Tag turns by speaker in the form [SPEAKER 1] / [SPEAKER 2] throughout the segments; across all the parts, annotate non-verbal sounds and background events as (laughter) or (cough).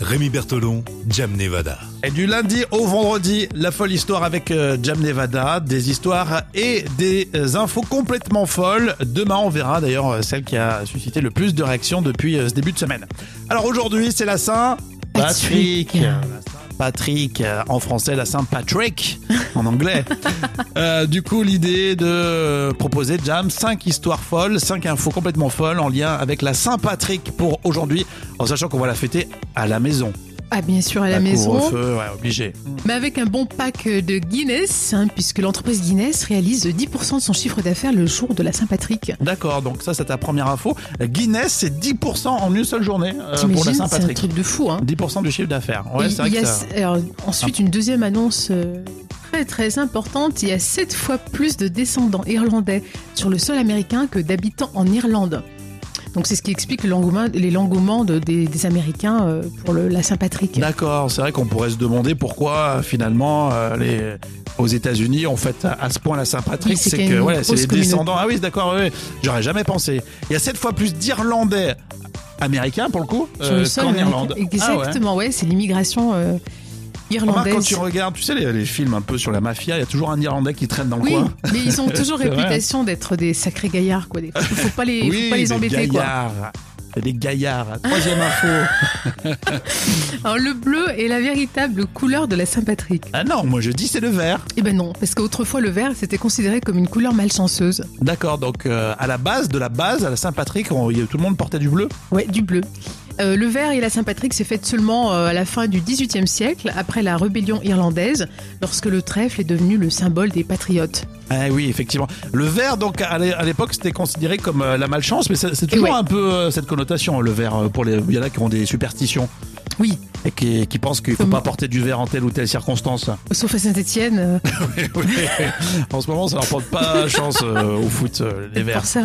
[SPEAKER 1] Rémi Bertolon, Jam Nevada.
[SPEAKER 2] Et du lundi au vendredi, la folle histoire avec euh, Jam Nevada, des histoires et des euh, infos complètement folles. Demain, on verra d'ailleurs euh, celle qui a suscité le plus de réactions depuis euh, ce début de semaine. Alors aujourd'hui, c'est la Saint
[SPEAKER 3] Patrick.
[SPEAKER 2] Patrick. Euh, La Saint Patrick, euh, en français la Saint Patrick, en anglais. Euh, du coup, l'idée de proposer Jam 5 histoires folles, 5 infos complètement folles en lien avec la Saint Patrick pour aujourd'hui, en sachant qu'on va la fêter à la maison.
[SPEAKER 3] Ah bien sûr à la
[SPEAKER 2] Bah,
[SPEAKER 3] maison,
[SPEAKER 2] couvre-feu, ouais, obligé.
[SPEAKER 3] mais avec un bon pack de Guinness, hein, puisque l'entreprise Guinness réalise 10% de son chiffre d'affaires le jour de la
[SPEAKER 2] Euh,
[SPEAKER 3] Saint-Patrick.
[SPEAKER 2] D'accord, donc ça, c'est ta première info. Guinness, c'est 10% en une seule journée euh, pour la
[SPEAKER 3] T'imagines, c'est un
[SPEAKER 2] Saint-Patrick.
[SPEAKER 3] truc de fou. Hein.
[SPEAKER 2] 10% du chiffre d'affaires. Ouais,
[SPEAKER 3] Et
[SPEAKER 2] c'est vrai
[SPEAKER 3] il y
[SPEAKER 2] que
[SPEAKER 3] a-
[SPEAKER 2] ça-
[SPEAKER 3] alors, ensuite, une deuxième annonce euh, très très importante, il y a 7 fois plus de descendants irlandais sur le sol américain que d'habitants en Irlande. Donc c'est ce qui explique l'engouement- les l'engouement de- des, des Américains euh, pour le- la Saint-Patrick.
[SPEAKER 2] D'accord, c'est vrai qu'on pourrait se demander pourquoi euh, finalement euh, les aux États-Unis on fait à, à ce point la Saint-Patrick,
[SPEAKER 3] Oui, c'est qu'il y a
[SPEAKER 2] que
[SPEAKER 3] une
[SPEAKER 2] ouais, c'est
[SPEAKER 3] grosse
[SPEAKER 2] les
[SPEAKER 3] communauté.
[SPEAKER 2] descendants. Ah oui, d'accord, oui, oui. j'aurais jamais pensé. Il y a 7 fois plus d'Irlandais américains pour le coup
[SPEAKER 3] Sur
[SPEAKER 2] euh,
[SPEAKER 3] le sol
[SPEAKER 2] qu'en
[SPEAKER 3] américain.
[SPEAKER 2] Irlande. Ah ouais.
[SPEAKER 3] Exactement, ouais, c'est l'immigration euh,
[SPEAKER 2] Remarque,
[SPEAKER 3] irlandaise.
[SPEAKER 2] quand tu regardes, tu sais les, les films un peu sur la mafia, il y a toujours un Irlandais qui traîne dans le
[SPEAKER 3] Oui,
[SPEAKER 2] coin.
[SPEAKER 3] mais ils ont
[SPEAKER 2] (laughs)
[SPEAKER 3] toujours
[SPEAKER 2] C'est vrai.
[SPEAKER 3] réputation d'être des sacrés gaillards, quoi. Des- Faut, faut pas les, faut
[SPEAKER 2] oui,
[SPEAKER 3] pas les
[SPEAKER 2] des
[SPEAKER 3] embêter, quoi.
[SPEAKER 2] gaillards. C'est Des gaillards. Troisième info.
[SPEAKER 3] Alors, le bleu est la véritable couleur de la Saint-Patrick.
[SPEAKER 2] Ah non, moi je dis c'est le vert.
[SPEAKER 3] Eh ben non, parce qu'autrefois le vert c'était considéré comme une couleur malchanceuse.
[SPEAKER 2] D'accord, donc euh, à la base, de la base, à la Saint-Patrick, on- il y a- tout le monde portait du bleu.
[SPEAKER 3] Ouais, du bleu. Euh, le vert et la Saint-Patrick s'est faite seulement euh, à la fin du XVIIIe siècle, après la rébellion irlandaise, lorsque le trèfle est devenu le symbole des patriotes.
[SPEAKER 2] Ah oui, effectivement. Le vert, donc à l'é- à l'époque, c'était considéré comme euh, la malchance, mais c'est c'est toujours
[SPEAKER 3] Ouais.
[SPEAKER 2] un peu euh, cette connotation, le vert, euh, pour les... Il y en a qui ont des superstitions
[SPEAKER 3] Oui, Hum.
[SPEAKER 2] et qui, qui pensent qu'il ne faut
[SPEAKER 3] Comme-
[SPEAKER 2] pas porter du vert en telle ou telle circonstance.
[SPEAKER 3] sauf à Saint-Étienne, euh,
[SPEAKER 2] (laughs) Oui. en ce moment, ça leur porte pas chance euh, au foot, euh, les verts.
[SPEAKER 3] pour ça.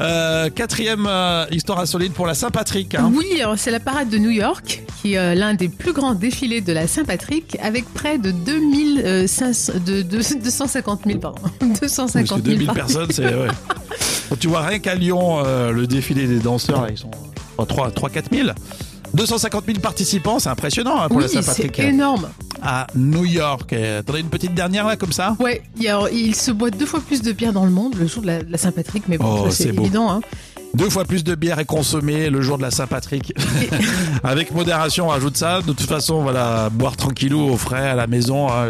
[SPEAKER 2] Euh, quatrième euh, histoire insolite pour la Saint-Patrick. hein.
[SPEAKER 3] Oui, alors c'est la parade de New York, qui est euh, l'un des plus grands défilés de la Saint-Patrick, avec près de 2000, euh, 500 de, de- 250 000, pardon. (laughs) 250
[SPEAKER 2] Parce que
[SPEAKER 3] 000,
[SPEAKER 2] 2000
[SPEAKER 3] pardon.
[SPEAKER 2] personnes, c'est. ouais. (laughs) Quand tu vois rien qu'à Lyon, euh, le défilé des danseurs, là, ils sont 3-4 000. 250 000 participants, c'est impressionnant hein, pour
[SPEAKER 3] Oui,
[SPEAKER 2] la Saint-Patrick.
[SPEAKER 3] c'est énorme.
[SPEAKER 2] À New York. Euh, T'en as une petite dernière là, comme ça
[SPEAKER 3] Ouais, il y a- il se boit deux fois plus de bière dans le monde le jour de la, de la Saint-Patrick, mais
[SPEAKER 2] Oh,
[SPEAKER 3] bon, ça, c'est
[SPEAKER 2] c'est beau.
[SPEAKER 3] évident. Hein. (laughs)
[SPEAKER 2] Deux fois plus de bière est consommée le jour de la (laughs) Saint-Patrick. Avec modération, on rajoute ça. De toute façon, on va la boire tranquillou au frais à la maison. hein.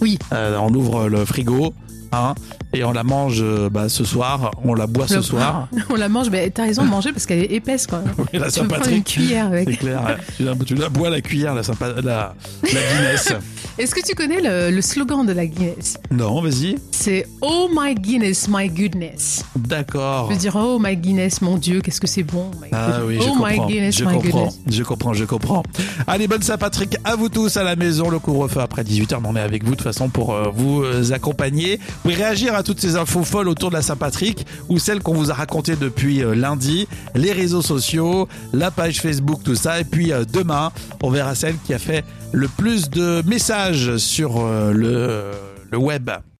[SPEAKER 3] Oui.
[SPEAKER 2] Euh, on ouvre le frigo. hein, et on la mange euh, bah, ce soir, on la boit ce
[SPEAKER 3] Le-
[SPEAKER 2] soir.
[SPEAKER 3] On la mange, mais t'as raison de manger parce qu'elle est
[SPEAKER 2] (laughs)
[SPEAKER 3] épaisse quand même.
[SPEAKER 2] Et la
[SPEAKER 3] Tu peux prendre une
[SPEAKER 2] Saint-Patrick,
[SPEAKER 3] cuillère
[SPEAKER 2] C'est
[SPEAKER 3] avec.
[SPEAKER 2] clair. tu, la, tu la bois à la cuillère, la, sympa- la, la
[SPEAKER 3] (laughs)
[SPEAKER 2] Guinness.
[SPEAKER 3] Est-ce que tu connais le, le slogan de la Guinness
[SPEAKER 2] non, vas-y.
[SPEAKER 3] C'est Oh my Guinness, my goodness.
[SPEAKER 2] D'accord.
[SPEAKER 3] Je veux dire Oh my Guinness, mon Dieu, qu'est-ce que c'est bon. my
[SPEAKER 2] Ah
[SPEAKER 3] goodness.
[SPEAKER 2] oui, je
[SPEAKER 3] oh my
[SPEAKER 2] comprends.
[SPEAKER 3] Guinness,
[SPEAKER 2] je
[SPEAKER 3] my
[SPEAKER 2] comprends.
[SPEAKER 3] goodness.
[SPEAKER 2] Je comprends, je comprends. Allez, bonne Saint-Patrick à vous tous à la maison. Le couvre-feu après 18h, on est avec vous de toute façon pour euh, vous euh, accompagner. Vous pouvez réagir à toutes ces infos folles autour de la Saint-Patrick ou celles qu'on vous a racontées depuis euh, lundi, les réseaux sociaux, la page Facebook, tout ça. Et puis euh, demain, on verra celle qui a fait euh, le plus de messages sur euh, le, le web.